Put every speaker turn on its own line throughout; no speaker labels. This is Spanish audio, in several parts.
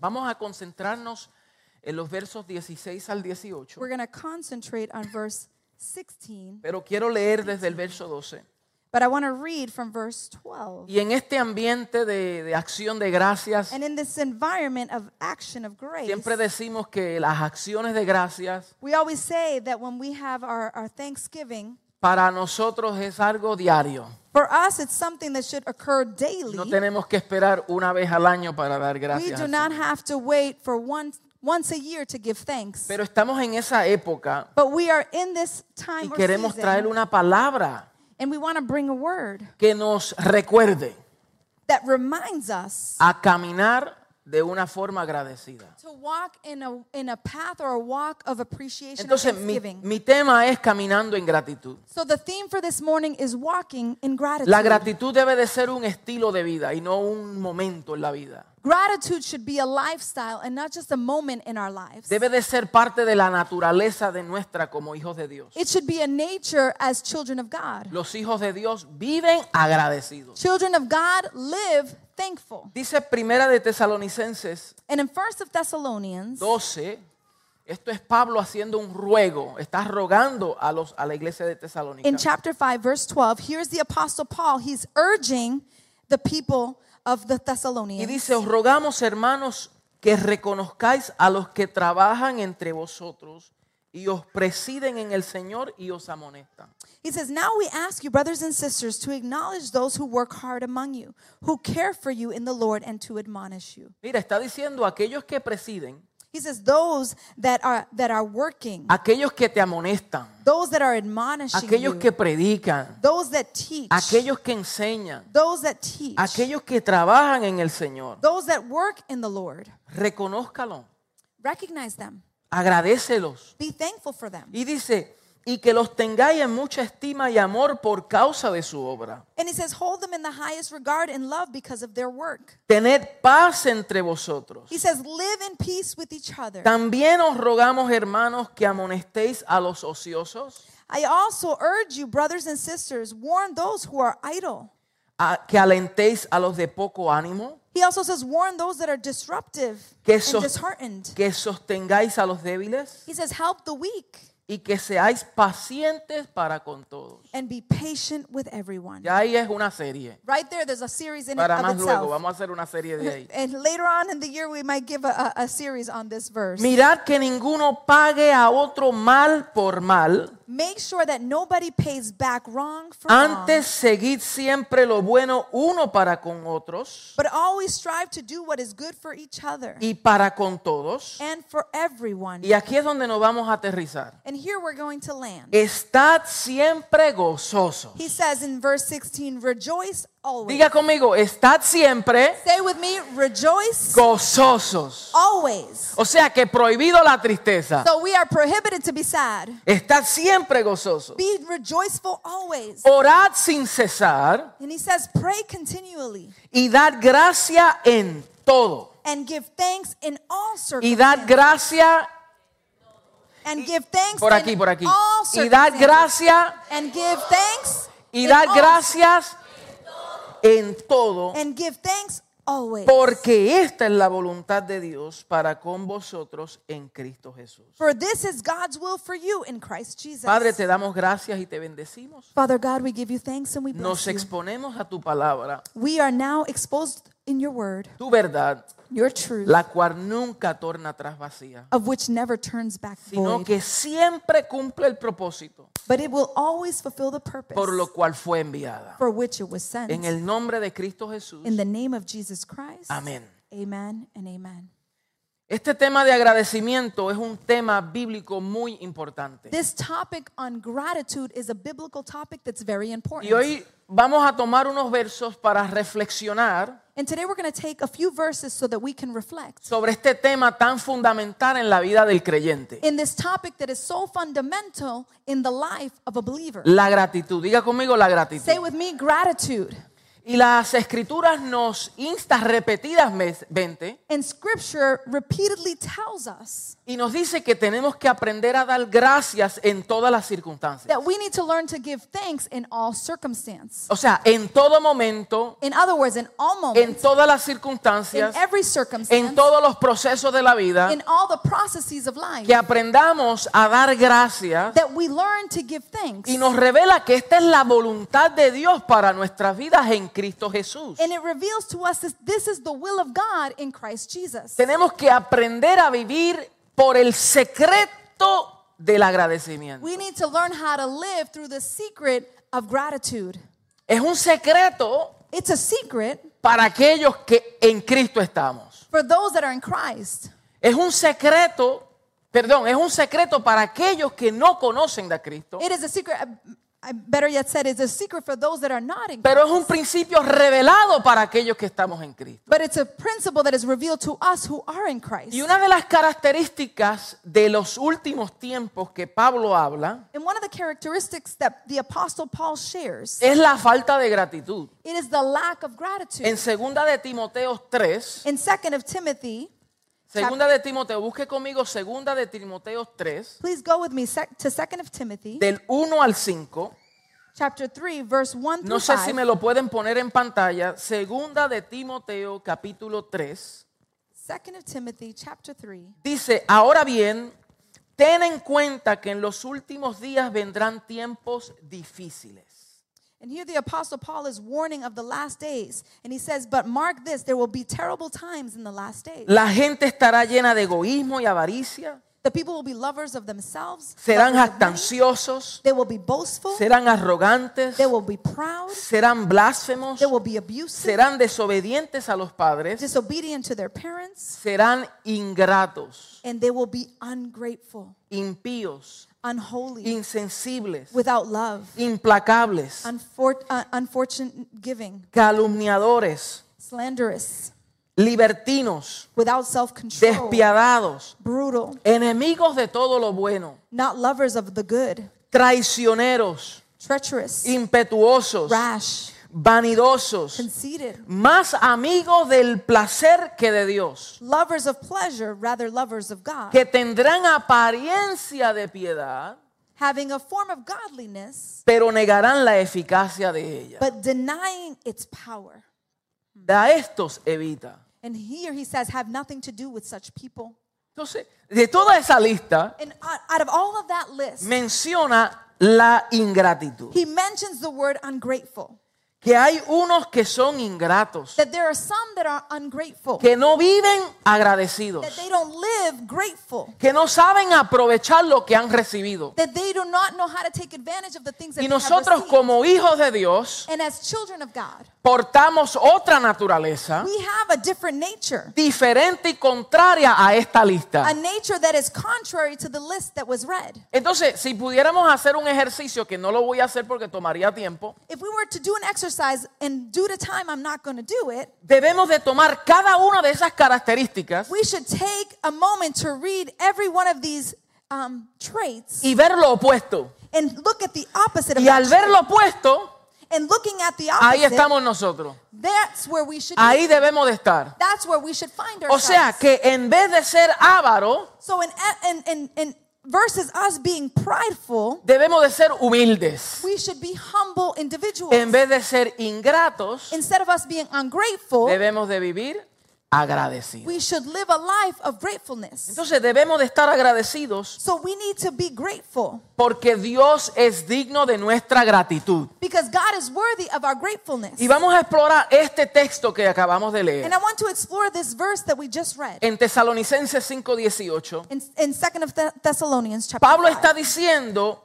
Vamos a concentrarnos en los versos 16 al 18,
We're going to concentrate on verse 16,
pero quiero leer desde el verso 12.
but I want to read from verse 12.
Y en este ambiente de, de acción de gracias,
And in this environment of action of grace,
siempre decimos que las acciones de gracias
we always say that when we have our, our thanksgiving,
para nosotros es algo diario.
for us, it's something that should occur daily.
No tenemos que esperar una vez al año para dar
we
gracias.
do
al
not
Señor.
have to wait for one, once a year to give thanks.
Pero estamos en esa época
but we are in this
y
time or
queremos
season,
traer una palabra
and we want to bring a word
que nos recuerde
that reminds us
a caminar de una forma agradecida.
to walk in a, in a path or a walk of appreciation
Entonces,
of
mi,
thanksgiving.
mi tema es caminando en gratitud.
so the theme for this morning is walking in gratitude.
La gratitud debe de ser un estilo de vida y no un momento en la vida.
gratitude should be a lifestyle and not just a moment in our lives.
Debe de ser parte de la naturaleza de nuestra como hijos de Dios.
it should be a nature as children of God.
Los hijos de Dios viven agradecidos.
Children of God live thankful.
Dice Primera de Tesalonicenses
And in First of Thessalonians
12, esto es Pablo haciendo un ruego, está rogando a los a la iglesia de
in
Tesalónica.
chapter 5 verse 12, here's the apostle Paul, he's urging the people of the
Y
Thessalonians.
dice, "Os rogamos, hermanos, que reconozcáis a los que trabajan entre vosotros y os presiden en el Señor y os amonestan."
He says, Now we ask you, brothers and sisters, to acknowledge those who work hard among you, who care for you in the Lord, and to admonish you.
Mira, está diciendo aquellos que presiden,
He says, Those that are that are working,
aquellos que te amonestan,
those that are admonishing
aquellos
you,
que predican,
those that teach,
aquellos que enseñan,
those that teach,
aquellos que trabajan en el Señor.
those that work in the Lord.
Reconózcalo,
Recognize them.
agradécelos.
Be thankful for them.
Y dice, y que los tengáis en mucha estima y amor por causa de su obra.
And he says, Hold them in the highest regard and love because of their work.
Tened paz entre vosotros.
He says, Live in peace with each other.
También os rogamos, hermanos, que amonestéis a los ociosos,
I also urge you, brothers and sisters, warn those who are idle.
a- que alentéis a los de poco ánimo,
He also says, warn those that are disruptive
Que
and
sos-
disheartened.
que sostengáis a los débiles
He says, help the weak
y que seáis pacientes para con todos.
and be patient with everyone.
Ya ahí es una serie.
Right there, there's a series in it
Para
of
más luego,
itself.
vamos a hacer una serie de ahí.
And later on in the year, we might give a, a, a series on this verse.
Mirad que ninguno pague a otro mal por mal.
Make sure that nobody pays back wrong for wrong,
Antes seguid siempre lo bueno uno para con otros
but always strive to do what is good for each other
y para con todos.
and for everyone.
Y aquí es donde nos vamos a aterrizar.
And here we're going to
Eh.
land.
Estad siempre gozosos.
He says in verse 16, rejoice always.
Diga conmigo, estad siempre
Say with me, rejoice
gozosos.
always.
O sea que prohibido la tristeza.
So we are prohibited to be sad.
Estad siempre gozosos.
Be rejoiceful always.
Orad sin cesar
And he says, pray continually
y dad gracia en todo.
and give thanks in all
Y dad
circumstances.
gracia
And give thanks
por aquí,
in
por aquí.
all
Y dad
circumstances.
gracia
And give thanks
y
in
dar
all-
gracias en todo,
And give thanks always.
porque esta es la voluntad de Dios para con vosotros en Cristo Jesús.
For this is God's will for you in Christ Jesus.
Padre, te damos gracias y te bendecimos.
Father God, we give you thanks and we bless
Nos
you.
exponemos a tu palabra,
We are now exposed in your word,
tu verdad,
your truth,
la cual nunca torna atrás vacía,
of which never turns back
sino
void,
que siempre cumple el propósito
but it will always fulfill the purpose
por lo cual fue enviada.
for which it was sent.
En el nombre de Cristo Jesús.
In the name of Jesus Christ.
Amén.
Amen and amen.
Este tema de agradecimiento es un tema bíblico muy importante.
This topic on gratitude is a biblical topic that's very important.
Y hoy vamos a tomar unos versos para reflexionar
and today we're going to take a few verses so that we can reflect
sobre este tema tan fundamental en la vida del creyente,
in this topic that is so fundamental in the life of a believer.
la gratitud. Diga conmigo la gratitud.
Say with me gratitude.
Y las escrituras nos insta repetidas veces
And scripture repeatedly tells us
y nos dice que tenemos que aprender a dar gracias en todas las circunstancias.
that we need to learn to give thanks in all circumstance.
O sea, en todo momento,
In other words, in all
en
moments,
todas las
in
circunstancias,
every
en
circumstance,
todos los procesos de la vida,
in all the processes of life,
que aprendamos a dar gracias
that we learn to give thanks.
y nos revela que esta es la voluntad de Dios para nuestras vidas en Cristo Jesús.
And it reveals to us that this is the will of God in Christ Jesus.
Tenemos que aprender a vivir por el secreto del agradecimiento.
We need to learn how to live through the secret of gratitude.
Es un secreto
It's a secret
para aquellos que en Cristo estamos.
for those that are in Christ.
Es un secreto, perdón, es un secreto para aquellos que no conocen a Cristo,
It is a secret, I- I better yet said, it's a secret for those that are not in Christ.
pero es un principio revelado para aquellos que estamos en Cristo.
But it's a principle that is revealed to us who are in Christ.
Y una de las características de los últimos tiempos que Pablo habla
And one of the characteristics that the Apostle Paul shares,
es la falta de gratitud.
it is the lack of
En
gratitude.
segunda de Timoteo 3,
In 2nd of Timothy,
segunda de Timoteo, busque conmigo segunda de Timoteo 3
please go with me sec- to 2nd of Timothy,
del 1 al 5.
chapter 3, verse 1 through
No sé si
5.
me lo pueden poner en pantalla. Segunda de Timoteo capítulo 3
2nd of Timothy, chapter 3.
dice, ahora bien, ten en cuenta que en los últimos días vendrán tiempos difíciles.
And here the Apostle Paul is warning of the last days. And he says, But mark this, there will be terrible times in the last days.
La gente estará llena de egoísmo y avaricia,
The people will be lovers of themselves,
serán
lovers of money.
jactanciosos,
they will be boastful,
serán arrogantes,
they will be proud,
serán blasfemos,
they will be abusive,
serán desobedientes a los padres,
disobedient to their parents,
serán ingratos,
and they will be ungrateful,
impíos,
unholy,
insensibles,
without love,
implacables,
unfor- uh, unfortunate giving,
calumniadores,
slanderous,
libertinos,
without self control,
despiadados,
brutal,
enemigos de todo lo bueno,
not lovers of the good,
traicioneros,
treacherous,
impetuosos,
rash,
vanidosos,
conceited.
más amigos del placer que de Dios,
lovers of pleasure rather lovers of God,
que tendrán apariencia de piedad,
having a form of godliness
pero negarán la eficacia de ella.
but denying its power.
A estos evita.
And here he says, have nothing to do with such people.
Entonces, de toda esa lista
And out- out of all of that list,
menciona la ingratitud.
he mentions the word ungrateful.
Que hay unos que son ingratos,
That there are some that are ungrateful,
que no viven agradecidos,
that they don't live grateful,
que no saben aprovechar lo que han recibido.
that they do not know how to take advantage of the things that
Y
they have
nosotros
received.
como hijos de Dios
And as children of God,
portamos otra naturaleza
we have a different nature,
diferente y contraria a esta
a
lista.
nature that is contrary to the list that was read.
Entonces, si pudiéramos hacer un ejercicio, que no lo voy a hacer porque tomaría tiempo,
if we were to do an exercise and due to time I'm not going to do it,
debemos de tomar cada una de esas características
we should take a moment to read every one of these um, traits
y ver lo opuesto.
and look at the opposite of
Y al
that.
ver lo opuesto,
And looking at the
ahí
opposite,
estamos nosotros.
that's where we should be.
Ahí debemos de estar.
That's where we should find
O sea,
ourselves.
que en vez de ser avaro,
So in, in, in, in versus us being prideful,
debemos de ser humildes.
we should be humble individuals.
En vez de ser ingratos,
Instead of us being ungrateful,
debemos de vivir agradecidos.
we should live a life of gratefulness.
Entonces debemos de estar agradecidos
So we need to be grateful
porque Dios es digno de nuestra gratitud.
because God is worthy of our gratefulness.
Y vamos a explorar este texto que acabamos de
And
leer
I want to explore this verse that we just read
en Tesalonicenses 5:18.
in, in 2nd of Th- Thessalonians chapter
Pablo
five.
está diciendo,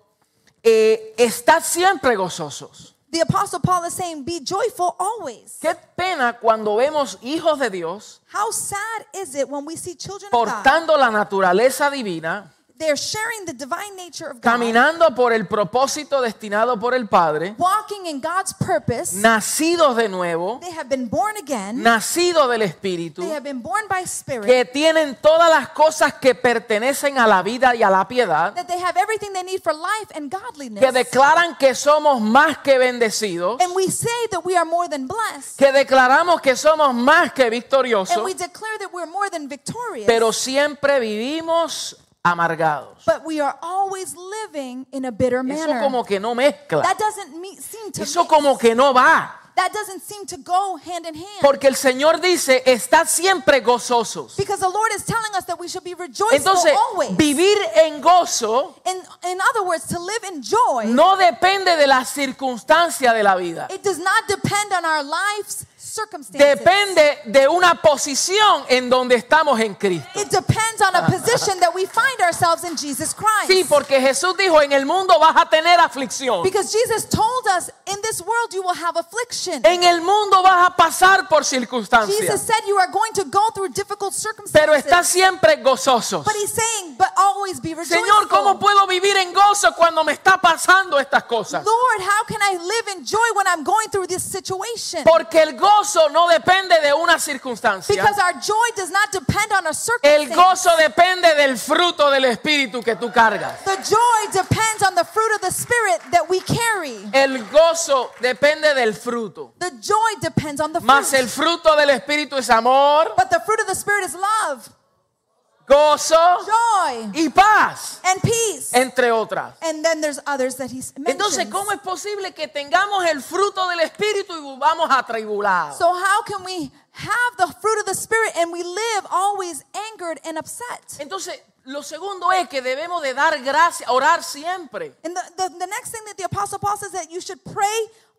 eh, estad siempre gozosos.
The apostle Paul is saying, "Be joyful always."
Qué pena cuando vemos hijos de Dios
How sad is it when we see children of God
portando la naturaleza divina,
They're sharing the divine nature of God,
caminando por el propósito destinado por el Padre,
walking in God's purpose.
nacidos de nuevo,
They have been born again.
nacidos del Espíritu,
They have been born by spirit.
que tienen todas las cosas que pertenecen a la vida y a la piedad,
That they have everything they need for life and
que
godliness.
declaran que somos más que bendecidos,
And we say that we are more than blessed.
que declaramos que somos más que
And
victoriosos,
we declare that we're more than victorious.
pero siempre vivimos amargados.
but we are always living in a bitter
Eso
manner.
como que no mezcla,
that doesn't meet, seem to
eso
mix.
como que no va.
that doesn't seem to go hand in hand.
Porque el Señor dice, estad siempre gozosos.
because the Lord is telling us that we should be rejoiceful
Entonces,
always.
vivir en gozo
in, in other words, to live in joy,
no depende de la circunstancia de la vida.
it does not depend on our life's circumstances.
Depende de una posición en donde estamos en Cristo.
it depends on a position that we find ourselves in Jesus Christ.
Sí, porque Jesús dijo, en el mundo vas a tener aflicción.
because Jesus told us, in this world you will have affliction.
En el mundo vas a pasar por
Jesus
circunstancias.
said you are going to go through difficult circumstances.
Pero estás siempre gozosos.
but he's saying, but always be rejoiceful.
Señor, ¿cómo puedo vivir en gozo cuando me está pasando estas cosas?
Lord, how can I live in joy when I'm going through this situation?
Porque el gozo no depende de una circunstancia.
Because our joy does not depend on our
El
circumstances.
gozo depende del fruto del Espíritu que tú cargas.
The joy depends on the fruit of the Spirit that we carry.
El gozo depende del fruto.
The joy depends on the
Mas el
fruit.
fruto del Espíritu es amor,
But the fruit of the Spirit is love,
gozo
joy,
y paz,
and peace.
entre otras.
And then there's others that he's
Entonces,
mentioned.
¿cómo es posible que tengamos el fruto del Espíritu y vivamos atribulados?
So how can we have the fruit of the Spirit and we live always angered and upset?
Entonces, lo segundo es que debemos de dar gracias, orar siempre.
And the, the, the next thing that the Apostle Paul says that you should pray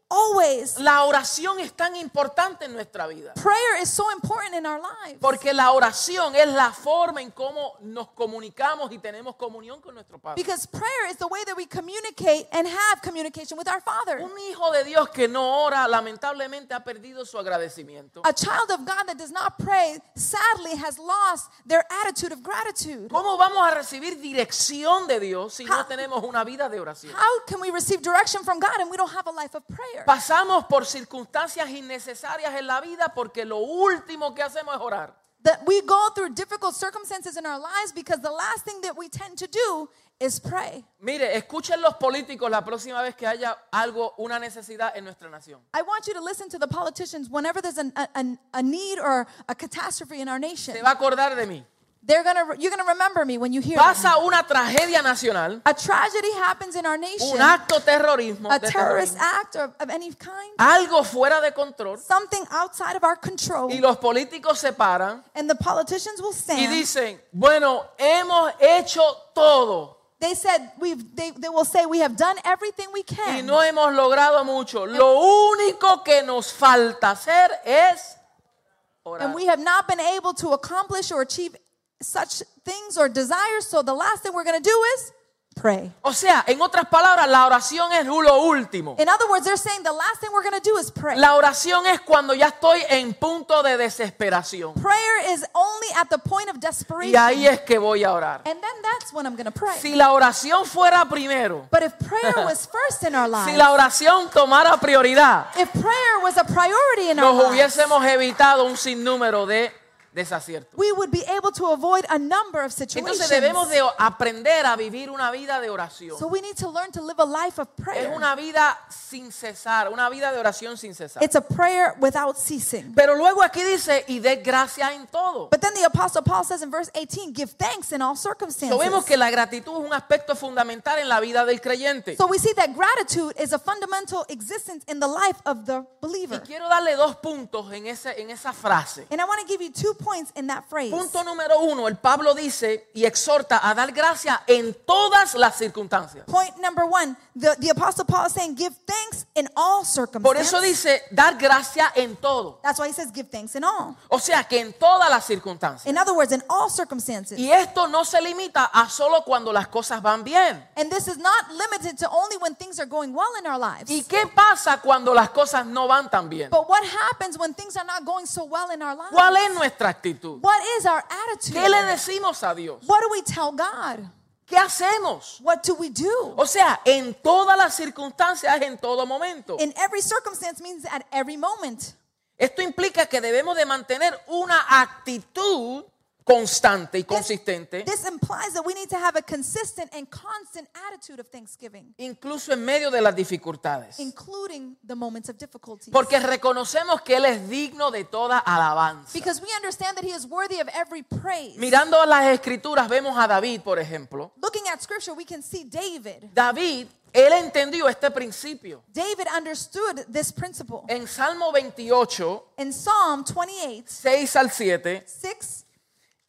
always.
La oración es tan importante en nuestra vida.
Prayer is so important in our lives.
Porque la oración es la forma en cómo nos comunicamos y tenemos comunión con nuestro Padre.
Because prayer is the way that we communicate and have communication with our Father.
Un hijo de Dios que no ora lamentablemente ha perdido su agradecimiento.
A child of God that does not pray sadly has lost their attitude of gratitude.
¿Cómo vamos a recibir dirección de Dios si no
How-
tenemos una vida de oración?
How can we receive direction from God and we don't have a life of prayer?
Pasamos por circunstancias innecesarias en la vida porque lo último que hacemos es orar.
That we go through difficult circumstances in our lives because the last thing that we tend to do is pray.
Mire, escuchen los políticos la próxima vez que haya algo, una necesidad en nuestra nación.
I want you to listen to the politicians whenever there's an, a, an- a need or a catastrophe in our nation.
Se va a acordar de mí.
They're gonna, you're going to remember me when you hear them.
Pasa una tragedia nacional,
A tragedy happens in our nation.
un acto terrorismo,
a
de
terrorist
terrorismo,
act of, of any kind,
algo fuera de control
something outside of our control,
y los políticos se paran
and the politicians will
y
stand.
dicen, bueno, hemos hecho todo
They said we've. They, they will say we have done everything we
y
can,
no hemos logrado mucho. Lo único que nos falta hacer es
and
orar.
we have not been able to accomplish or achieve such things or desires. So the last thing we're going to do is pray.
O sea, en otras palabras, la oración es lo último.
In other words, they're saying the last thing we're going to do is pray.
La oración es cuando ya estoy en punto de desesperación.
Prayer is only at the point of desperation,
Y ahí es que voy a orar.
and then that's when I'm going to pray.
Si la oración fuera primero,
but if prayer was first in our lives,
si la oración tomara prioridad,
if prayer was a priority in our
nos
lives,
hubiésemos evitado un sinnúmero de desaciertos.
we would be able to avoid a number of situations.
Entonces debemos de aprender a vivir una vida de oración.
so we need to learn to live a life of
Es
prayer.
una vida sin cesar, una vida de oración sin cesar.
It's a prayer without ceasing.
Pero luego aquí dice, y dé gracias en todo.
But then the apostle Paul says in verse 18, give thanks in all circumstances.
So, vemos que la gratitud es un aspecto fundamental en la vida del creyente.
so we see that gratitude is a fundamental existence in the life of the
Y
believer.
quiero darle dos puntos en, ese, en esa frase.
And I want to give you two points in that phrase.
Punto número uno, el Pablo dice y exhorta a dar gracias en todas las circunstancias.
Point number one, the, the apostle Paul is saying, give thanks in all
Por
circumstances.
eso dice dar gracias en todo.
That's why he says, give thanks in all.
O sea, que en todas las circunstancias.
In other words, in all circumstances.
Y esto no se limita a solo cuando las cosas van bien.
And this is not limited to only when things are going well in our lives.
¿Y qué pasa cuando las cosas no van tan bien?
But what happens when things are not going so well in our lives?
¿Cuál es nuestra actitud?
What is our
¿Qué le
attitude?
decimos a Dios?
What do we tell God?
¿Qué hacemos?
What do we do?
O sea, en todas las circunstancias, en todo momento.
In every circumstance means at every moment.
Esto implica que debemos de mantener una actitud constante y consistente,
This implies that we need to have a consistent and constant attitude of thanksgiving,
incluso en medio de las dificultades.
including the moments of difficulty.
Porque reconocemos que Él es digno de toda alabanza.
Because we understand that he is worthy of every praise.
Mirando a las escrituras vemos a David, por ejemplo.
Looking at scripture, we can see David.
David, él entendió este principio.
David understood this principle.
En Salmo 28,
In Psalm 28,
6 al 7,
6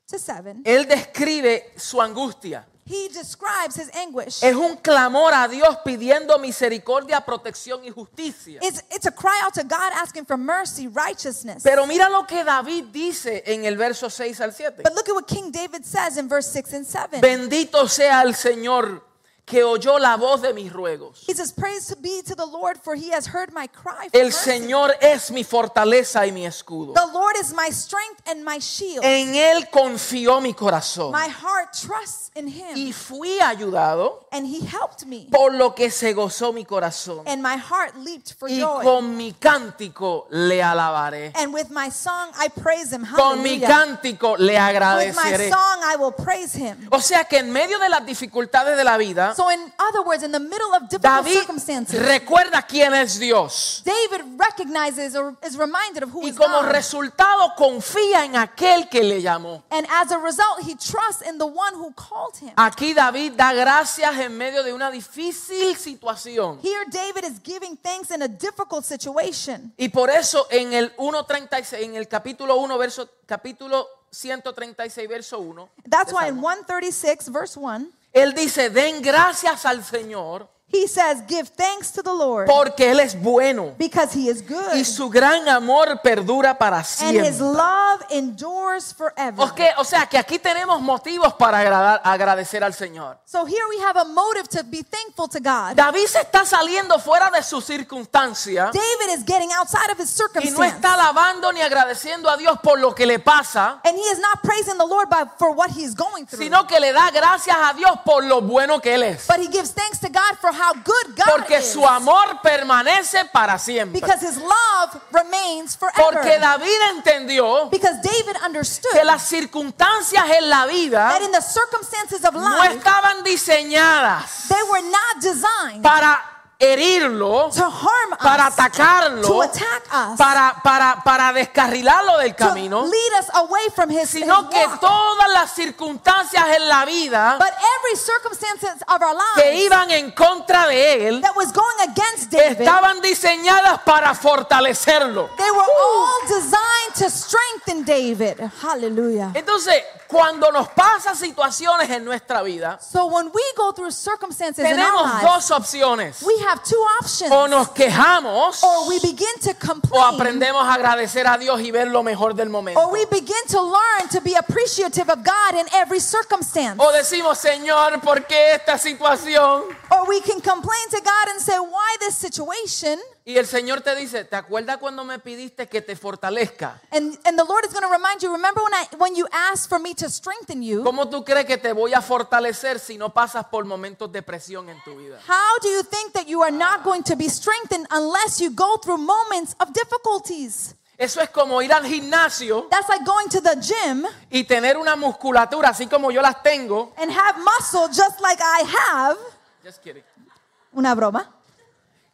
to 7,
él describe su angustia.
he describes his anguish.
Es un clamor a Dios pidiendo misericordia, protección y justicia.
It's, it's a cry out to God asking for mercy, righteousness.
Pero mira lo que David dice en el verso 6 al 7.
But look at what King David says in verse 6 and 7.
Bendito sea el Señor que oyó la voz de mis ruegos.
He says, Praise be to the Lord, for he has heard my cry. For
El
mercy.
Señor es mi fortaleza y mi escudo.
The Lord is my strength and my shield.
En él confió mi corazón
My heart trusts in him,
y fui ayudado.
and he helped me.
por lo que se gozó mi corazón
And my heart leaped for
y
joy.
con mi cántico le alabaré
And with my song, I praise him.
con mi
Hallelujah.
cántico le
With my
agradeceré
song, I will praise him.
o sea que en medio de las dificultades de la vida
So, in other words, in the middle of difficult
Uh, David
circumstances,
recuerda quién es Dios
David recognizes or is reminded of who
y
is
como
God.
resultado confía en aquel que le llamó
And as a result, he trusts in the one who called him.
aquí David da gracias en medio de una difícil situación
Here, David is giving thanks in a difficult situation.
y por eso en el 136 en el capítulo 1 verso capítulo 136 verso 1
That's
de
why
Salmo.
in 136, verse 1,
Él dice, den gracias al Señor
he says, Give thanks to the Lord
porque Él es bueno
because he is good
y su gran amor perdura para
and his
siempre.
love endures forever.
Ok, o sea que aquí tenemos motivos para agradar- agradecer al Señor.
So here we have a motive to be thankful to God.
David se está saliendo fuera de su circunstancia
David is getting outside of his
y no
circumstance.
está alabando ni agradeciendo a Dios por lo que le pasa,
And he is not praising the Lord by, for what he's going through.
sino que le da gracias a Dios por lo bueno que Él es.
But he gives thanks to God for how good Pues, God
Porque
is.
su amor permanece para siempre.
Because his love remains forever.
Porque David entendió
because David understood
que las circunstancias en la vida
that in the circumstances of
no
life,
estaban diseñadas
they were not designed
para herirlo,
to harm us,
para
to
atacarlo,
attack us,
para, para, para descarrilarlo del
to
camino,
lead us away from his, his
sino que
walk.
todas las circunstancias en la vida
But every circumstances of our
que
lives
iban en contra de él
that was going against David,
estaban diseñadas para fortalecerlo.
they were all designed to strengthen David. Hallelujah.
Entonces, cuando nos pasan situaciones en nuestra vida,
So when we go through circumstances in our
tenemos
lives,
dos opciones.
we have two options.
O nos quejamos
or we begin to
o
complain,
aprendemos a agradecer a Dios y ver lo mejor del momento.
or we begin to learn to be appreciative of God in every circumstance.
O decimos, Señor, ¿por qué esta situación?
Or we can complain to God and say, Why this situation?
Y el Señor te dice, ¿te acuerdas cuando me pidiste que te fortalezca?
And, and the Lord is going to remind you, remember when I when you asked for me to strengthen you,
¿Cómo tú crees que te voy a fortalecer si no pasas por momentos de presión en tu vida?
how do you think that you are not going to be strengthened unless you go through moments of difficulties?
Eso es como ir al gimnasio
That's like going to the gym
y tener una musculatura así como yo las tengo.
and have muscle just like I have,
Just kidding.
una broma,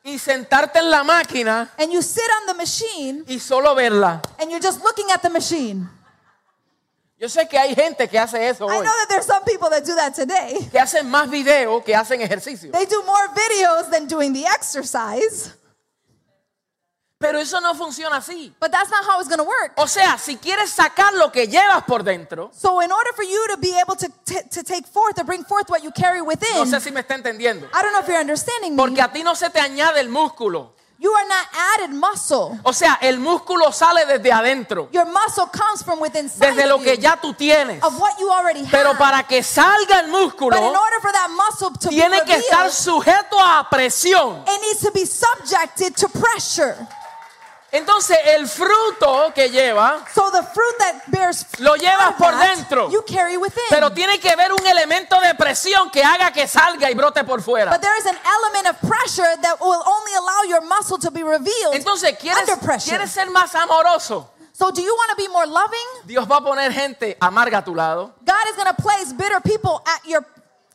Y sentarte en la máquina
and you sit on the machine
y solo verla.
and you're just looking at the machine.
Yo sé que hay gente que hace eso
I know
hoy.
that there's some people that do that today.
Que hacen más videos que hacen ejercicio.
They do more videos than doing the exercise,
Pero eso no funciona así.
but that's not how it's going to work.
O sea, si quieres sacar lo que llevas por dentro,
So, in order for you to be able to, t- to take forth or bring forth what you carry
No
within,
sé si me está entendiendo.
I don't know if you're understanding me.
Porque a ti no se te añade el músculo.
You are not added muscle.
O sea, el músculo sale desde adentro,
Your muscle comes from within
desde lo que
you,
ya tú tienes.
of what you already
Pero
have.
para que salga el
but in
músculo,
order for that muscle to be
tiene que estar
revealed,
sujeto a presión.
it needs to be subjected to pressure.
Entonces el fruto que lleva,
So the fruit that bears fruit
Lo llevas
of
por
that,
dentro.
You carry within.
pero tiene que haber un elemento de presión que haga que salga y brote por fuera.
but there is an element of pressure that will only allow your muscle to be revealed
Entonces, ¿quieres,
under pressure.
¿quieres ser más amoroso?
so do you want to be more loving?
Dios va a poner gente amarga a tu lado.
God is going to place bitter people at your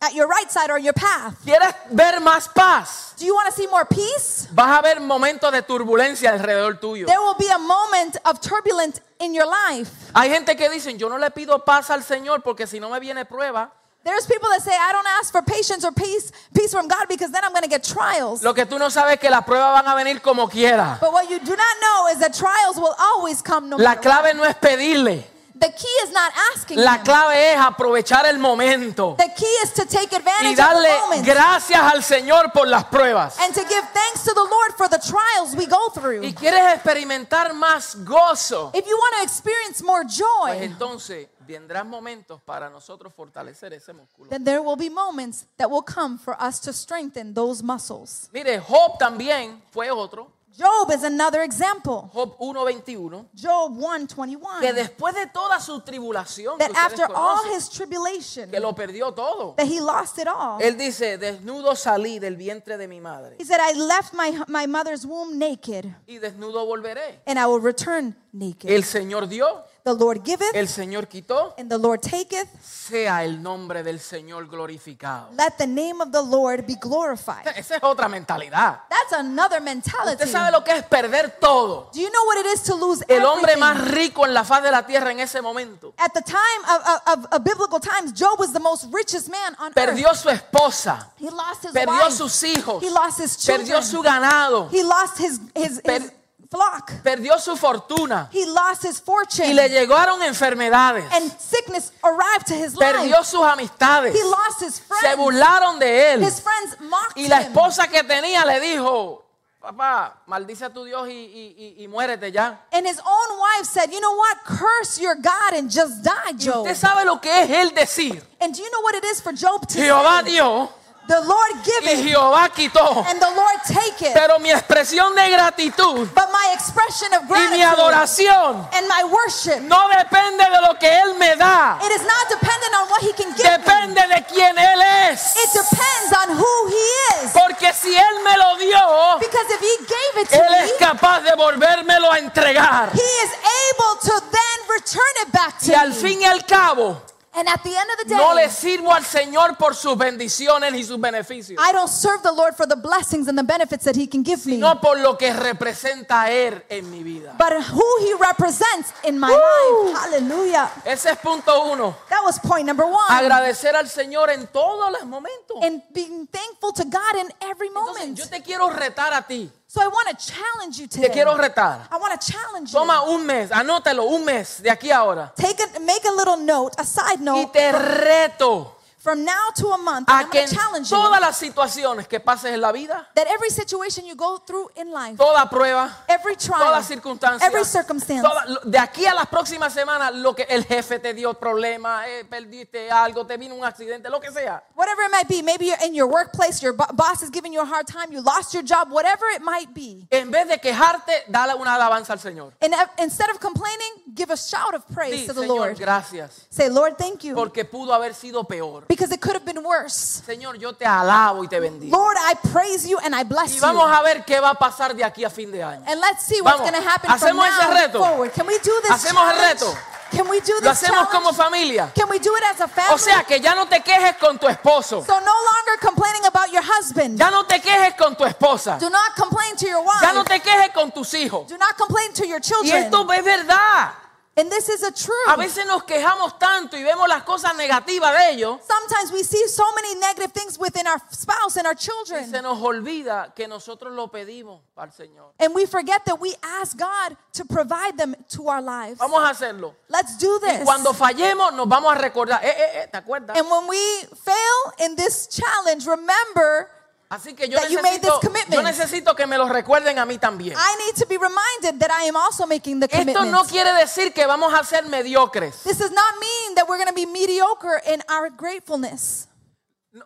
at your right side or your path.
¿Quieres ver más paz?
Do you want to see more peace?
Vas a ver momentos de turbulencia alrededor tuyo.
There will be a moment of turbulence in your life.
Hay gente que dicen, yo no le pido paz al Señor porque si no me viene prueba.
There's people that say, I don't ask for patience or peace, peace from God because then I'm going to get trials.
Lo que tú no sabes es que las pruebas van a venir como quiera.
But what you do not know is that trials will always come no
La
matter what.
clave no es pedirle.
The key is not asking
La
him.
clave es aprovechar el momento
The key is to take
y
advantage of
darle
the moment
gracias al Señor por las pruebas.
and to give thanks to the Lord for the trials we go through.
Y quieres experimentar más gozo.
If you want to experience more
Pues
joy,
entonces vendrán momentos para nosotros fortalecer ese músculo.
then there will be moments that will come for us to strengthen those muscles.
Mire, Job también fue otro.
Job is another example.
Job 1.21.
Job
Que
1:21
después de toda su tribulación, que,
that
ustedes
after all
conocen,
his tribulation
que lo perdió todo.
that he lost it all.
Él dice, desnudo salí del vientre de mi madre
He said, "I left my my mother's womb naked,
y desnudo volveré.
and I will return naked.
El Señor dio,
The Lord giveth,
el Señor quitó.
and the Lord taketh.
Sea el nombre del Señor glorificado.
Let the name of the Lord be glorified."
Esa es otra mentalidad.
That's another
Usted
mentality.
sabe lo que es perder todo.
Do you know what it is to lose
El hombre más
everything?
rico en la faz de la tierra en ese momento.
At the time of, of, of biblical times, Job was the most richest man on earth.
Perdió su esposa,
He lost his
perdió
wife.
sus hijos,
he lost his children.
perdió su ganado,
he lost his his, his
Per-
flock.
perdió su fortuna
He lost his fortune.
y le llegaron enfermedades.
and sickness arrived to his
Perdió
life.
sus amistades.
He lost his
Se
friends.
burlaron de él.
His friends mocked
Y la
him.
esposa que tenía le dijo, papá, maldice a tu Dios y, y- y- y muérete ya.
And his own wife said, You know what? Curse your God and just die,
Y
Job.
usted sabe lo que es el decir.
And do you know what it is for Job to
Jehová
say?
dio
The Lord
y
giveth
Jehová quitó.
and the Lord taketh.
Pero mi expresión de gratitud
But my expression of
y mi
gratitude
adoración
and my worship,
no depende de lo que Él me da.
it is not dependent on what he can give me.
Depende de quién Él es.
It depends on who he is.
Porque si Él me lo dio,
Because if he gave it to
Él es
me,
capaz de volvérmelo a entregar.
he is able to then return it back to
Y al
me.
fin y al cabo,
And at the end of the
no le
day,
sirvo al Señor por sus bendiciones y sus beneficios,
I don't serve the Lord for the blessings and the benefits that he can give me,
sino por lo que representa a Él en mi vida.
but who he represents in my
Woo!
life. Hallelujah.
Ese es punto uno.
That was point number one.
Agradecer al Señor en todos los momentos.
And being thankful to God in every
Entonces,
moment.
yo te quiero retar a ti.
So I want to challenge you
Te
today.
quiero retar.
I want to challenge you.
Toma un mes, anótalo, un mes de aquí a ahora.
Take a, make a little note, a side
Y
note,
te reto
from now to a month.
a
I'm
que
going
en
to challenge you
todas las situaciones que pases en la vida,
that every situation you go through in life,
toda prueba,
every trial,
toda circunstancia,
every circumstance,
toda- lo- de aquí a las próximas semanas, lo que el jefe te dio problema, eh, perdiste algo, te vino un accidente, lo que sea.
whatever it might be, maybe you're in your workplace, your bo- boss is giving you a hard time, you lost your job, whatever it might be.
En vez de quejarte, dale una alabanza al Señor.
And uh, instead of complaining, give a shout of praise
Sí,
to the
Señor,
Lord.
gracias,
Say, Lord, thank you,
porque pudo haber sido peor.
because it could have been worse.
Señor, yo te alabo y te bendigo.
Lord, I praise you and I
Y
bless you.
vamos a ver qué va a pasar de aquí a fin de año.
And let's see what's
Vamos.
going to happen from
Hacemos ese
now
reto.
forward. Can we do this
Hacemos el
challenge?
reto.
Can we do
Lo
this
hacemos como
challenge?
familia.
Can we do it as a family?
O sea que ya no te quejes con tu esposo.
so no longer complaining about your husband.
Ya no te quejes con tu esposa.
do not complain to your wife.
Ya no te quejes con tus hijos.
do not complain to your
Y
children.
esto es verdad.
and this is a truth.
A veces nos quejamos tanto y vemos las cosas negativas de ellos
Sometimes we see so many negative things within our spouse and
y
our children.
se nos olvida que nosotros lo pedimos al Señor.
And we forget that we ask God to provide them to our lives.
Vamos a hacerlo.
Let's do
Y
this.
cuando fallemos nos vamos a recordar. Eh, eh, eh, ¿Te acuerdas?
and when we fail in this challenge, remember
Así que yo
that you made
necesito,
this commitment.
yo necesito que me lo recuerden a mí también.
I need to be reminded that I am also making the
Esto
commitment.
no quiere decir que vamos a ser mediocres.
This does not mean that we're going to be mediocre in our gratefulness.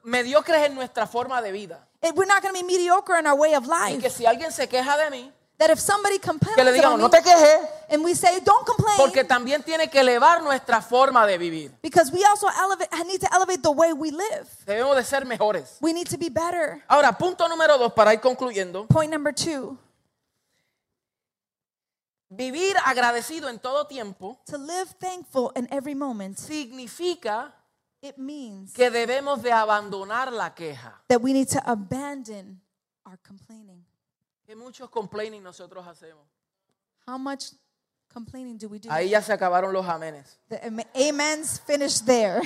Mediocres en nuestra forma de vida.
Eh, It- we're not going to be mediocre in our way of
Y que
life.
si alguien se queja de mí,
That if somebody complains
Que le
about
digamos,
me
no te quejes,
and we say, don't complain,
porque también tiene que elevar nuestra forma de vivir.
because we also elevate, need to elevate the way we live.
Debemos de ser mejores.
We need to be better.
Ahora, punto número dos, para ir concluyendo.
Point number two
Vivir agradecido en todo tiempo
to live thankful in every moment,
significa
it means
que debemos de abandonar la queja.
that we need to abandon our complaining.
Que muchos complaining nosotros hacemos.
How much complaining do we do?
Ahí ya se acabaron los amenes.
The am- amens finished there.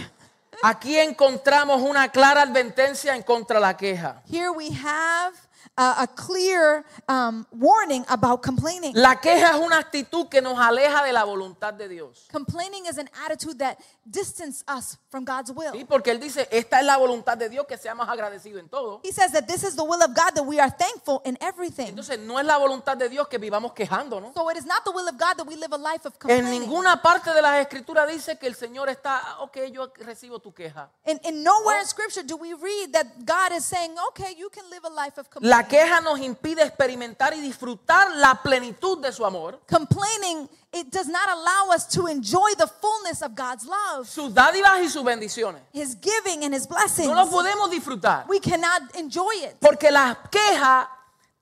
Aquí encontramos una clara advertencia en contra la queja.
Here we have uh, a clear um, warning about complaining.
La queja es una actitud que nos aleja de la voluntad de Dios.
Complaining is an attitude that distances us from God's will.
Sí, porque él dice, esta es la voluntad de Dios que seamos agradecidos en todo.
He says that this is the will of God that we are thankful in everything.
Entonces, no es la voluntad de Dios que vivamos quejando, ¿no?
So it is not the will of God that we live a life of
En
complaining.
ninguna parte de las escrituras dice que el Señor está, "Ah, ok, yo recibo tu queja.
And, and
Oh.
nowhere in scripture do we read that God is saying, okay, you can live a life of complaining.
La queja nos impide experimentar y disfrutar la plenitud de su amor,
complaining, it does not allow us to enjoy the fullness of God's love,
sus dádivas y sus bendiciones.
His giving and His blessings.
No lo podemos disfrutar
we cannot enjoy it
porque la queja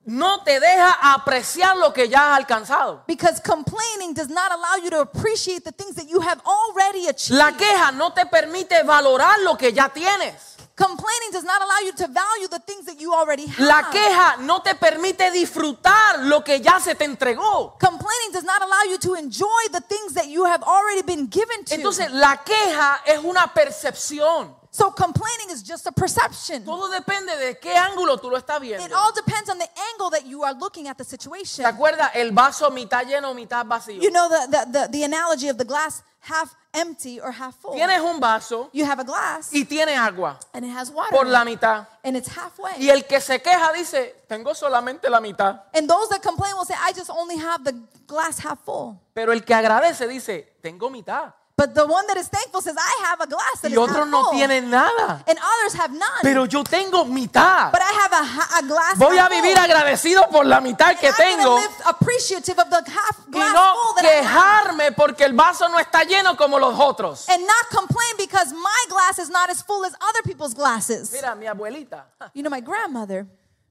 no te deja apreciar lo que ya has alcanzado.
because complaining does not allow you to appreciate the things that you have already achieved.
La queja no te permite valorar lo que ya tienes.
Complaining does not allow you to value the things that you already have.
La queja no te permite disfrutar lo que ya se te entregó.
Complaining does not allow you to enjoy the things that you have already been given to.
Entonces la queja es una percepción.
so complaining is just a perception.
Todo depende de qué ángulo tú lo estás
It
viendo.
all depends on the angle that you are looking at the situation.
¿Te acuerdas el vaso mitad lleno, mitad vacío?
You know the, the, the, the analogy of the glass half empty or half full.
Tienes un vaso
You have a glass
y tiene agua
and it has water
por
in it,
la mitad.
and it's halfway.
Y el que se queja dice, tengo solamente la mitad.
And those that complain will say, I just only have the glass half full.
Pero el que agradece dice, tengo mitad.
But the one that is thankful says, I have a glass
Y
that is
otros
half
no
full.
tienen nada.
and others have none.
Pero yo tengo mitad.
but I have a, ha- a glass
Voy a
half
vivir
full.
agradecido por la mitad que
And I'm
tengo
gonna live appreciative of the half
y
glass
no
full that I have.
quejarme porque el vaso no está lleno como los otros.
And not complain because my glass is not as full as other people's glasses.
Mira, mi abuelita. ja,
You know, my grandmother,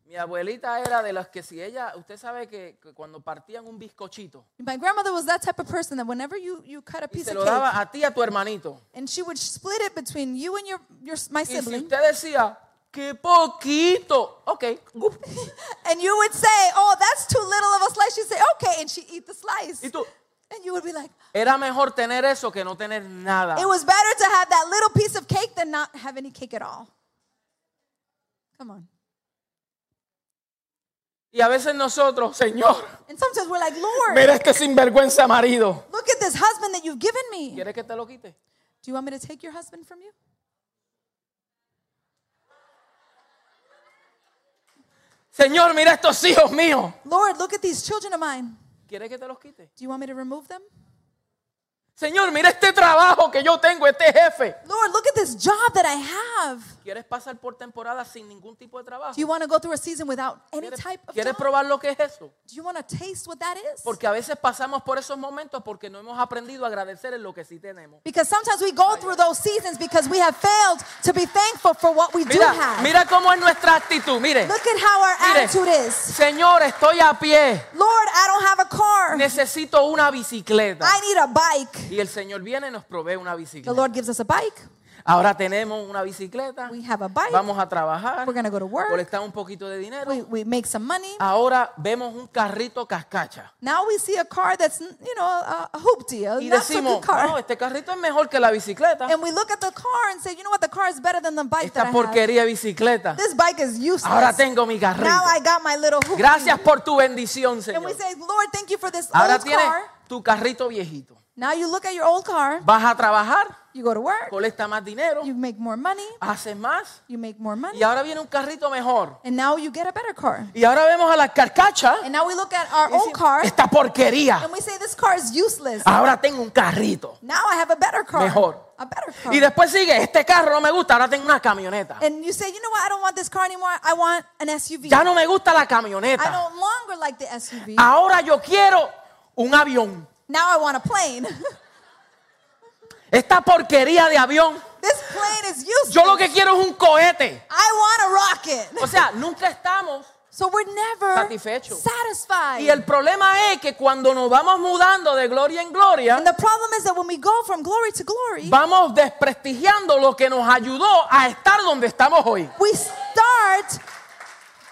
Mi abuelita era de las que si ella, usted sabe que que cuando partían un bizcochito
my grandmother was that type of person that whenever you, you cut a
y
piece
se
of
lo
cake,
daba a ti y a tu hermanito.
and she would split it between you and your, your my
Y si
sibling,
usted decía, qué poquito, ok, uf,
and you would say, "Oh, that's too little of a slice." She'd say, "Okay," and she'd eat the slice,
y tú,
and you would be like,
era mejor tener eso que no tener nada.
"It was better to have that little piece of cake than not have any cake at all." Come on.
Y a veces nosotros, Señor,
And sometimes we're like, "Lord,
mira este sinvergüenza marido.
look at this husband that you've given me.
¿Quieres que te lo quite?
Do you want me to take your husband from you?"
Señor, mira estos hijos míos.
Lord, look at these children of mine.
¿Quieres que te los quite?
Do you want me to remove them?
Señor, mira este trabajo que yo tengo, este jefe.
Lord, look at this job that I have.
¿Quieres pasar por temporada sin ningún tipo de trabajo?
Do you want to go through a season without any
¿Quieres,
type of
quieres
job?
probar lo que es eso?
Do you want to taste what that is?
Porque a veces pasamos por esos momentos porque no hemos aprendido a agradecer en lo que sí tenemos.
Because sometimes we go through those seasons because we have failed to be thankful for what we do
Mira,
have.
mira cómo es nuestra actitud. Mire,
Look at how our
Mire.
attitude is.
Señor, estoy a pie.
Lord, I don't have a car.
Necesito una bicicleta.
I need a bike.
Y el Señor viene y nos provee una
The
bicicleta.
Lord gives us a bike.
Ahora tenemos una bicicleta.
We have a bike.
Vamos a trabajar.
We're gonna go to work.
Colectamos un poquito de dinero.
We, we make some money.
Ahora vemos un carrito cascacha.
Now we see a car that's, you know, a, a hoop deal,
Y
not so good
decimos, no,
car.
este carrito es mejor que la bicicleta.
And we look at the car and say, you know what, the car is better than the bike that
Esta
I have.
porquería de bicicleta.
This bike is useless.
Ahora tengo mi
now
carrito.
I got my little hoop.
Gracias por tu bendición,
deal.
Señor.
And we say, Lord, thank you for this
Ahora
old
tienes
car.
tu carrito viejito.
Now you look at your old car.
Vas a trabajar,
You go to work.
colecta más dinero,
You make more money.
haces más.
You make more money.
Y ahora viene un carrito mejor.
And now you get a better car.
Y ahora vemos a las carcachas.
And now we look at our
y decimos,
old car
Esta porquería.
and we say this car is useless.
Ahora tengo un carrito
Now I have a better car.
mejor.
a better car.
Y después sigue, este carro no me gusta, ahora tengo una camioneta.
And you say, you know what? I don't want this car anymore. I want an SUV.
Ya no me gusta la
I
camioneta.
no longer like the SUV.
Ahora yo quiero un avión.
now I want a plane.
Esta porquería de avión.
this plane is useless.
Yo lo que quiero es un cohete.
I want a rocket.
O sea, nunca estamos.
So we're never
Satisfecho.
satisfied.
Y el problema es que cuando nos vamos mudando de gloria en gloria,
and the problem is that when we go from glory to glory,
vamos desprestigiando lo que nos ayudó a estar donde estamos hoy.
we start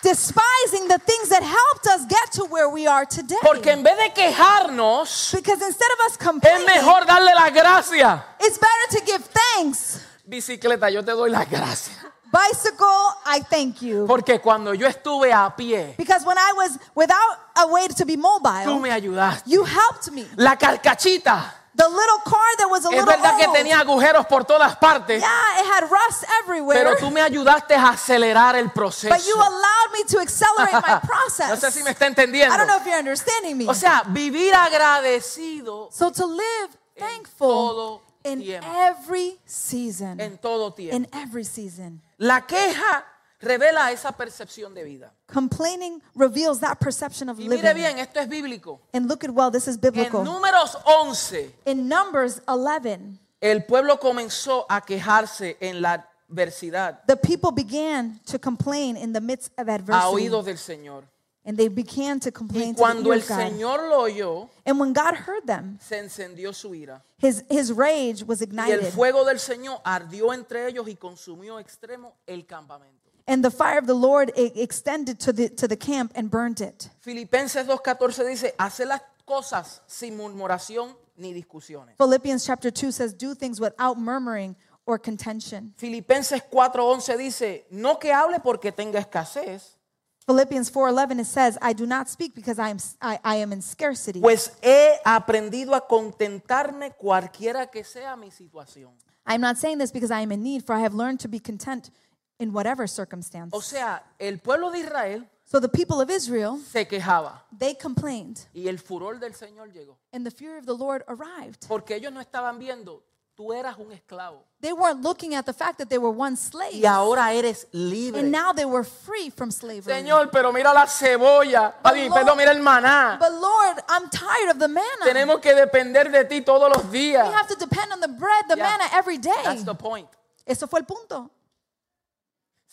despising the things that helped us get to where we are today.
Porque en vez de quejarnos,
because instead of us
es
complaining,
mejor darle las gracias.
it's better to give thanks.
Bicicleta, yo te doy las gracias.
Bicycle, I thank you.
Porque cuando yo estuve a pie,
Because when I was without a way to be
tú
mobile,
me ayudaste.
you helped me.
La carcachita,
The little car that was a
es
little
verdad que
old,
tenía agujeros por todas partes,
yeah, it had rust everywhere.
pero tú me ayudaste a acelerar el proceso.
But you allowed me to accelerate my process.
No sé si me está
I don't
entendiendo.
know if you're understanding me.
O sea, vivir agradecido
so to live
En
thankful
todo
in
tiempo.
every season,
en todo tiempo.
in every season,
La queja revela esa percepción de vida.
complaining reveals that perception of
Y mire
living.
bien, esto es bíblico.
And look at well, this is
En
biblical.
números 11,
in Numbers 11,
el pueblo comenzó a quejarse en la adversidad
the people began to complain in the midst of
a
adversity,
oídos del Señor.
and they began to
Y
complain to the
cuando
ear
el
of God.
Señor lo oyó,
and when God heard them,
se encendió su ira.
his his rage was
Y el
ignited,
fuego del Señor ardió entre ellos y consumió extremo el campamento.
and the fire of the Lord e- extended to the to the camp and burnt it.
Filipenses 2.14 dice, hace las cosas sin murmuración ni discusiones.
Philippians chapter 2 says, Do things without murmuring or contention.
Filipenses 4.11 dice, no que hable porque tenga escasez,
Philippians 4:11 it says, I do not speak because I am I, I am in scarcity.
pues he aprendido a contentarme cualquiera que sea mi situación.
I am not saying this because I am in need, for I have learned to be content in whatever
O
circumstance.
sea, el pueblo de Israel
So the people of Israel,
se quejaba
they complained,
y el furor del Señor llegó,
and the fear of the Lord arrived.
porque ellos no estaban viendo, tú eras un esclavo
They weren't looking at the fact that they were once slaves,
y ahora eres libre.
and now they were free from slavery.
Señor, pero mira la cebolla, Ay,
Lord-
perdón, mira el maná.
But Lord, I'm tired of the manna.
Tenemos que depender de ti todos los días.
We have to depend on the bread, the
Yeah.
manna every day.
That's the point.
Eso fue el punto.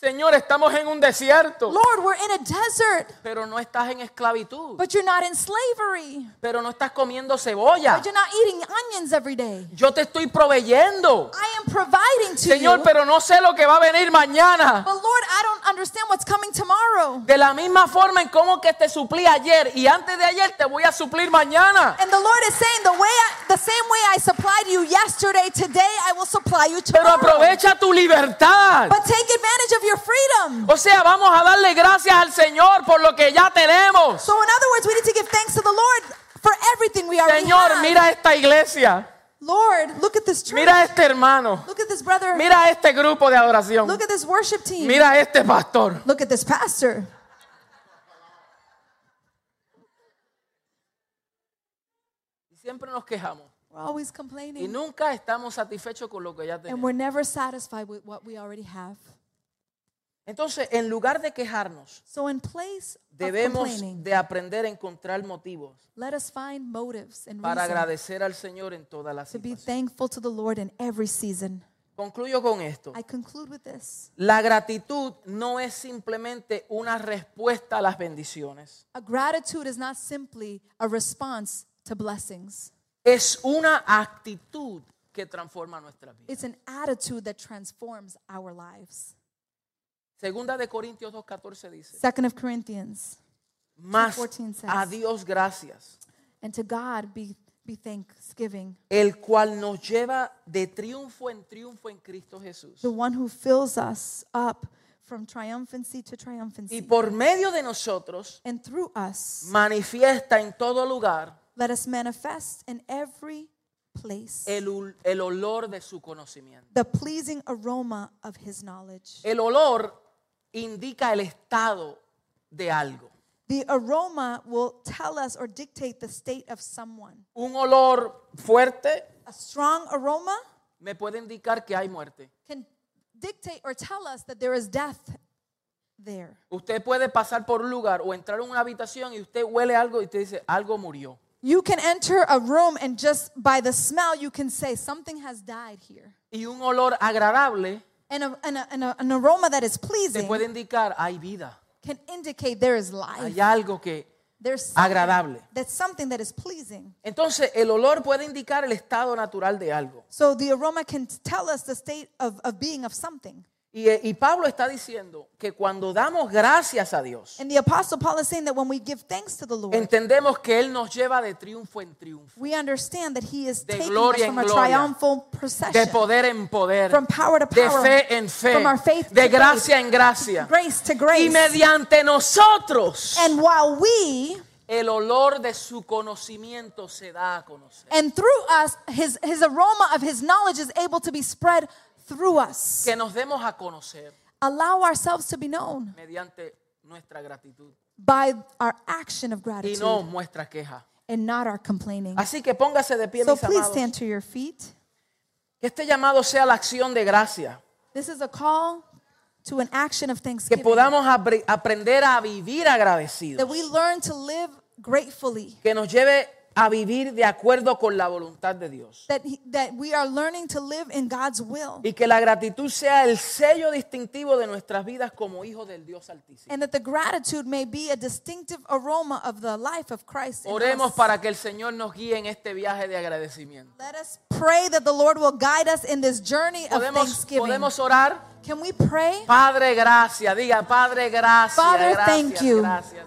Señor, estamos en un desierto,
Lord, we're in a desert.
pero no estás en esclavitud,
But you're not in slavery.
pero no estás comiendo cebolla.
But you're not eating onions every day.
Yo te estoy proveyendo.
I am providing to
Señor,
you.
pero no sé lo que va a venir mañana.
but Lord, I don't understand what's coming tomorrow.
De la misma forma en como que te suplí ayer y antes de ayer te voy a suplir mañana.
And the Lord is saying, the way, I, the same way I supplied you yesterday, today I will supply you
Pero
tomorrow.
aprovecha tu libertad.
But take advantage of your freedom.
O sea, vamos a darle gracias al Señor por lo que ya tenemos.
So, in other words, we need to give thanks to the Lord for everything we already
Señor,
have.
mira esta iglesia.
Lord, look at this church.
Mira este hermano.
look at this brother.
Mira este grupo de adoración.
look at this worship team.
Mira este pastor.
look at this pastor.
Y Siempre nos quejamos
We're always
y
complaining.
nunca estamos satisfechos con lo que ya
And
tenemos.
we're never satisfied with what we already have.
Entonces, en lugar de quejarnos,
So in place of
debemos
complaining,
de aprender a encontrar motivos
let us find motives and
para
reasons
agradecer al Señor en todas las
to be
situaciones.
thankful to the Lord in every season.
Concluyo con esto.
I conclude with this.
La gratitud no es simplemente una respuesta a las bendiciones.
A gratitude is not simply a response to blessings.
Es una actitud que transforma nuestra vida.
It's an attitude that transforms our lives.
Segunda de Corintios 2:14 dice,
Second of Corinthians,
"Más
2:14 says-
a Dios gracias,
and to God be be thanksgiving,
el cual nos lleva de triunfo en triunfo en Cristo Jesús."
the one who fills us up from triumphancy
Y
to triumphancy.
por medio de nosotros
And through
Mm.
us,
manifiesta en todo lugar
let us manifest in every place.
el, ul- el olor de su conocimiento.
the pleasing aroma of his knowledge.
El olor indica el estado de algo.
The aroma will tell us or dictate the state of someone.
Un olor fuerte
A strong aroma
me puede indicar que hay muerte.
can dictate or tell us that there is death there.
Usted puede pasar por un lugar o entrar a una habitación y usted huele algo y usted dice, algo murió.
You can enter a room and just by the smell, you can say something has died here.
Y un olor agradable
And, a, and, a, and a- an aroma that is
te
pleasing
puede indicar, hay vida,
can indicate there is life.
hay algo que...
There's something-
Agradable.
That's something that is pleasing.
Entonces, el olor puede indicar el estado natural de algo.
So the aroma can tell us the state of, of being of something.
Y, eh, y Pablo está diciendo que cuando damos gracias a Dios,
And the Apostle Paul is saying that when we give thanks to the Lord,
entendemos que Él nos lleva de triunfo en triunfo,
we understand that He is
De
taking us
gloria
from
en
a
gloria.
triumphal
de
procession,
poder en poder,
from power to
de
power,
fe en fe,
from our faith to
de
faith,
gracia en gracia.
grace to
Y
grace.
mediante nosotros,
And while we,
el olor de su conocimiento se da a conocer.
and through us, His, his aroma of His knowledge is able to be spread through us.
Que nos demos a conocer
Allow ourselves to be known
mediante nuestra gratitud
by our action of
y
gratitude
no nuestra queja.
and not our complaining.
Así que póngase de pie,
So
mis
please
amados.
stand to your feet.
Que este llamado sea la acción de gracia.
This is a call to an action of
Que
thanksgiving.
podamos apre- aprender a vivir
that
agradecidos.
we learn to live gratefully.
Que nos lleve a vivir de acuerdo con la voluntad de Dios.
That, he- that we are learning to live in God's will.
Y que la gratitud sea el sello distintivo de nuestras vidas como hijos del Dios Altísimo.
And that the gratitude may be a distinctive aroma of the life of Christ. in
Oremos
us.
para que el Señor nos guíe en este viaje de agradecimiento.
Let us pray that the Lord will guide us in this journey of
Podemos,
thanksgiving.
podemos orar.
Can we pray?
Padre, gracias. Diga, Padre, gracias.
Father,
gracias,
thank you.
gracias.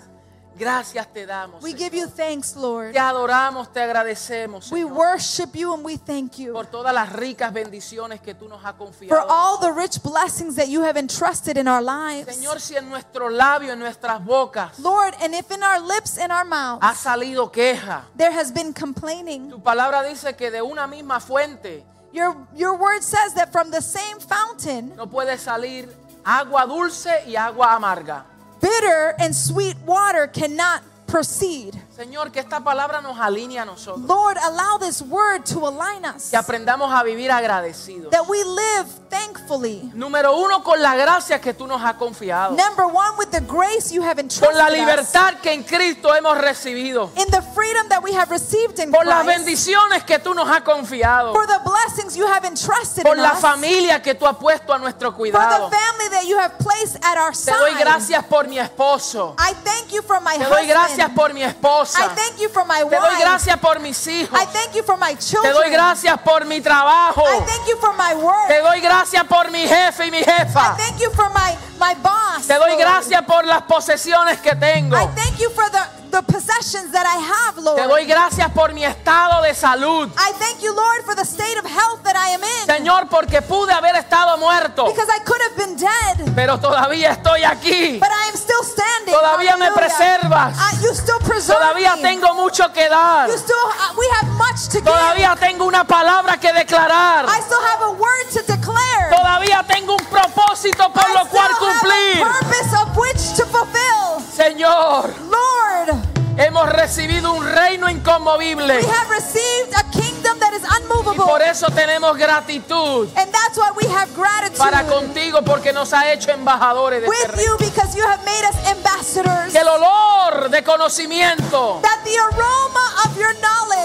Gracias te damos.
We give you
Señor.
thanks, Lord.
Te adoramos, te agradecemos.
We
Señor.
worship you and we thank you
por todas las ricas bendiciones que tú nos has
for
confiado.
all the rich blessings that you have entrusted in our lives.
Señor, si en nuestros labios, en nuestras bocas
Lord, and if in our lips and our mouths
ha salido queja,
there has been complaining,
tu palabra dice que de una misma fuente
Your, your word says that from the same fountain,
no puede salir agua dulce y agua amarga.
bitter and sweet water cannot proceed.
Señor, que esta palabra nos alinee a nosotros,
Lord, allow this word to align us,
que aprendamos a vivir agradecidos.
that we live thankfully.
Número uno, con la gracia que tú nos has confiado,
Number one, with the grace you have entrusted
con la
us,
libertad que en Cristo hemos recido,
in the freedom that we have received in
por las
Christ,
bendiciones que tú nos has confiado,
for the blessings you have entrusted
por
in
la
us,
familia que tú has puesto a nuestro
for the
cuidado.
family that you have placed at our
Te doy
side.
gracias por mi esposo.
I thank you for my
Te doy gracias
husband.
por mi
I
esposa.
thank you for my
Te doy
wife.
gracias por mis hijos.
I thank you for my
Te
children.
doy gracias por mi trabajo.
I thank you for my work.
Te doy gracias por mi jefe y mi
I
jefa.
thank you for my, my boss.
Te doy
Lord.
gracias por las posesiones que tengo.
I thank you for the, the possessions that I have, Lord.
Te doy gracias por mi estado de salud.
I thank you, Lord, for the state of health that I am in.
Señor, porque pude haber estado muerto,
Because I could have been dead,
pero todavía estoy aquí.
but I am still standing.
Todavía me
Hallelujah.
preservas.
I- you still preserve
Todavía
me.
tengo mucho que dar.
You still, uh, we have much to give.
Todavía tengo una palabra que declarar.
I still have a word to declare.
Todavía tengo un propósito por
I
lo cual
still
cumplir.
have a purpose of which to fulfill.
Señor,
Lord,
hemos recibido un reino inconmovible
we have received a kingdom that is
y
unmovable.
por eso tenemos gratitud
And that's why we have gratitude.
para contigo porque nos ha hecho embajadores de este
with
reino.
you because you have made us ambassadors.
Que el olor de conocimiento
That the aroma of your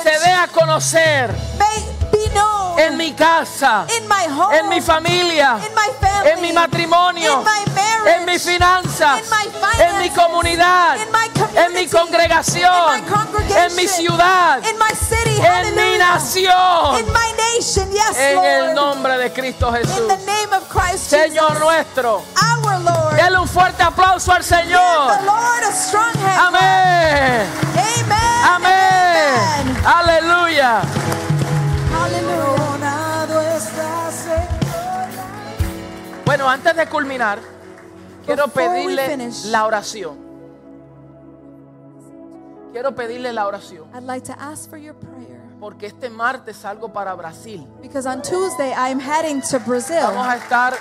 se dé
knowledge
a conocer
may be known
en mi casa,
in my home,
en mi familia,
in my family,
Oh. en mi matrimonio,
in my marriage,
en mis finanzas,
in my finances,
en mi comunidad,
in my community,
en mi congregación,
in my congregation,
en mi ciudad,
in my
en
city,
mi
hallelujah,
nación.
in my nation, yes,
En el
Lord,
nombre de Cristo
in
Jesús.
the name of Christ
Señor
Jesus,
nuestro.
our Lord,
Dale un fuerte aplauso al
give the
Señor.
Lord a strong hand,
Amén.
amen,
Amén.
amen,
Aleluya.
hallelujah.
Bueno, antes de culminar, quiero
Before we
pedirle
finish.
la oración. Quiero pedirle la oración.
I'd like to ask for your prayer.
Porque este martes salgo para Brasil.
Because on Tuesday, I'm heading to
Vamos
Brazil.
a estar,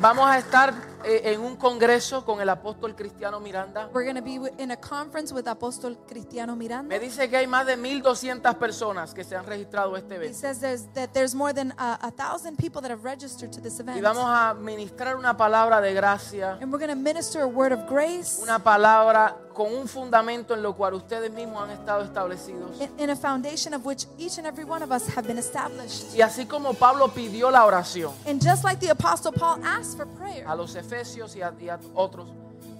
vamos a estar eh, en un congreso con el apóstol Cristiano Miranda.
We're going to be wi- in a conference with Apostol Cristiano
Me
Miranda.
dice que hay más de 1.200 personas que se han registrado este
He
evento.
says there's, that there's more than uh, a thousand people that have registered to this
Y
event.
vamos a ministrar una palabra de gracia,
And we're going to minister a word of grace
una palabra con un fundamento en lo cual ustedes mismos han estado establecidos.
in, in a foundation of which each and every one of us have been established.
Y así como Pablo pidió la oración
And just like the Apostle Paul asked for prayer
a los efesios y a, y a otros,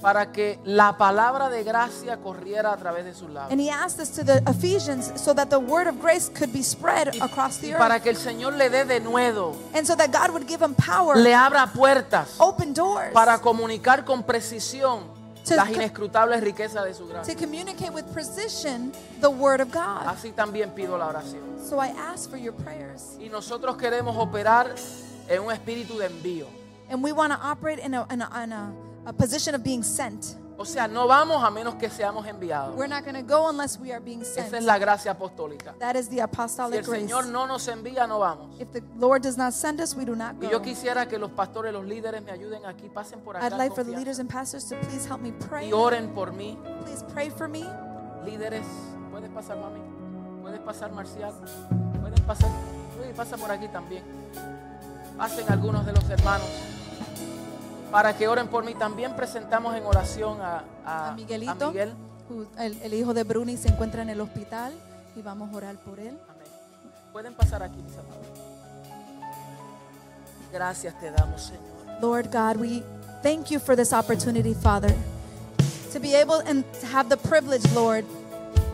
para que la palabra de gracia corriera a través de sus labios.
And he asked this to the Ephesians so that the word of grace could be spread across
Y
the earth.
para que el Señor le dé de nuevo,
And so that God would give him power,
le abra puertas
open doors
para comunicar con precisión
To-
las inescrutables riquezas de su gracia.
to communicate with precision the word of God.
Así también pido la oración.
So I ask for your prayers.
Y nosotros queremos operar en un espíritu de envío.
And we want to operate in, a, in, a, in a, a position of being sent.
O sea, no vamos a menos que seamos enviados.
We're not going to go unless we are being sent.
Esa es la gracia apostólica.
That is the
Si
apostolic
el
grace.
Señor no nos envía, no vamos.
If the Lord does not send us, we do not
Y yo
go.
quisiera que los pastores, los líderes me ayuden aquí, pasen por acá.
I'd like for the
confianza.
leaders and pastors to please help me pray.
Y oren por mí.
Please pray for me.
Líderes, puedes pasar, mami. Puedes pasar, Marcial. Puedes pasar. Uy, pasa por aquí también. Pasen algunos de los hermanos. Para que oren por mí. También presentamos en oración a, a-
a
a
Miguelito,
Miguel.
cu- el, el hijo de Bruni se encuentra en el hospital y vamos a orar por él.
Amén. Pueden pasar aquí, mis amados. Gracias te damos, Señor.
Lord God, we thank you for this opportunity, Father, to be able and to have the privilege, Lord,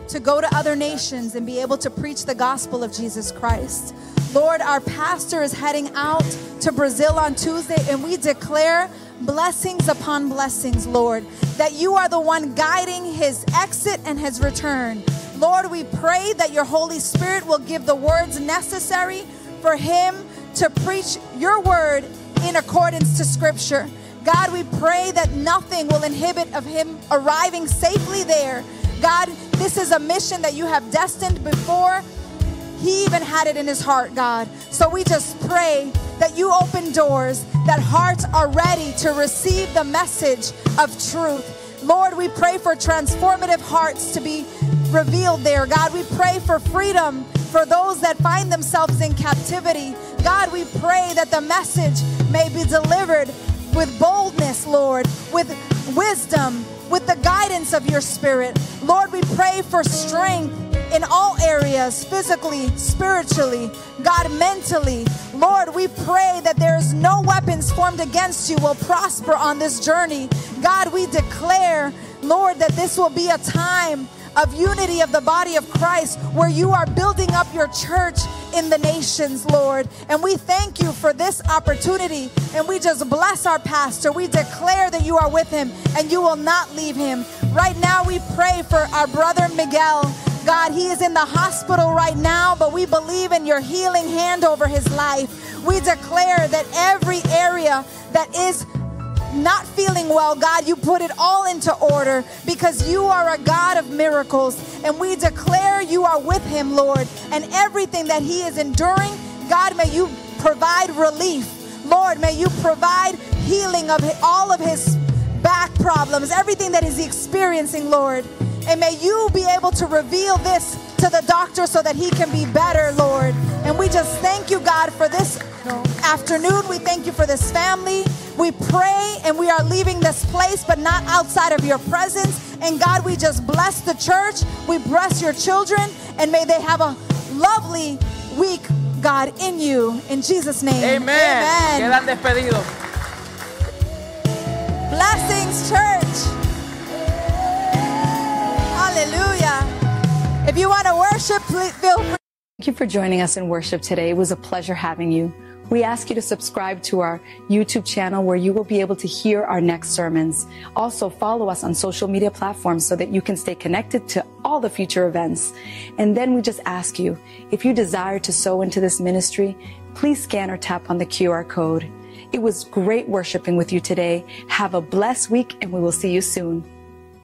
to go to other nations and be able to preach the gospel of Jesus Christ. Lord, our pastor is heading out to Brazil on Tuesday, and we declare blessings upon blessings, Lord, that you are the one guiding his exit and his return. Lord, we pray that your Holy Spirit will give the words necessary for him to preach your word in accordance to scripture. God, we pray that nothing will inhibit of him arriving safely there. God, this is a mission that you have destined before he even had it in his heart, God. So we just pray that you open doors, that hearts are ready to receive the message of truth. Lord, we pray for transformative hearts to be revealed there. God, we pray for freedom for those that find themselves in captivity. God, we pray that the message may be delivered with boldness, Lord, with wisdom, with the guidance of your spirit. Lord, we pray for strength in all areas physically, spiritually, God, mentally. Lord, we pray that there is no weapons formed against you will prosper on this journey. God, we declare, Lord, that this will be a time of unity of the body of Christ where you are building up your church in the nations, Lord. And we thank you for this opportunity and we just bless our pastor. We declare that you are with him and you will not leave him. Right now, we pray for our brother Miguel. God, he is in the hospital right now, but we believe in your healing hand over his life. We declare that every area that is not feeling well, God, you put it all into order because you are a God of miracles. And we declare you are with him, Lord. And everything that he is enduring, God, may you provide relief. Lord, may you provide healing of all of his back problems, everything that he's experiencing, Lord. And may you be able to reveal this to the doctor so that he can be better, Lord. And we just thank you, God, for this afternoon. We thank you for this family. We pray and we are leaving this place, but not outside of your presence. And God, we just bless the church. We bless your children. And may they have a lovely week, God, in you. In Jesus' name.
Amén. Quedan despedidos.
Blessings, church. Hallelujah. If you want to worship, please feel free.
Thank you for joining us in worship today. It was a pleasure having you. We ask you to subscribe to our YouTube channel where you will be able to hear our next sermons. Also, follow us on social media platforms so that you can stay connected to all the future events. And then we just ask you if you desire to sow into this ministry, please scan or tap on the QR code. It was great worshiping with you today. Have a blessed week, and we will see you soon.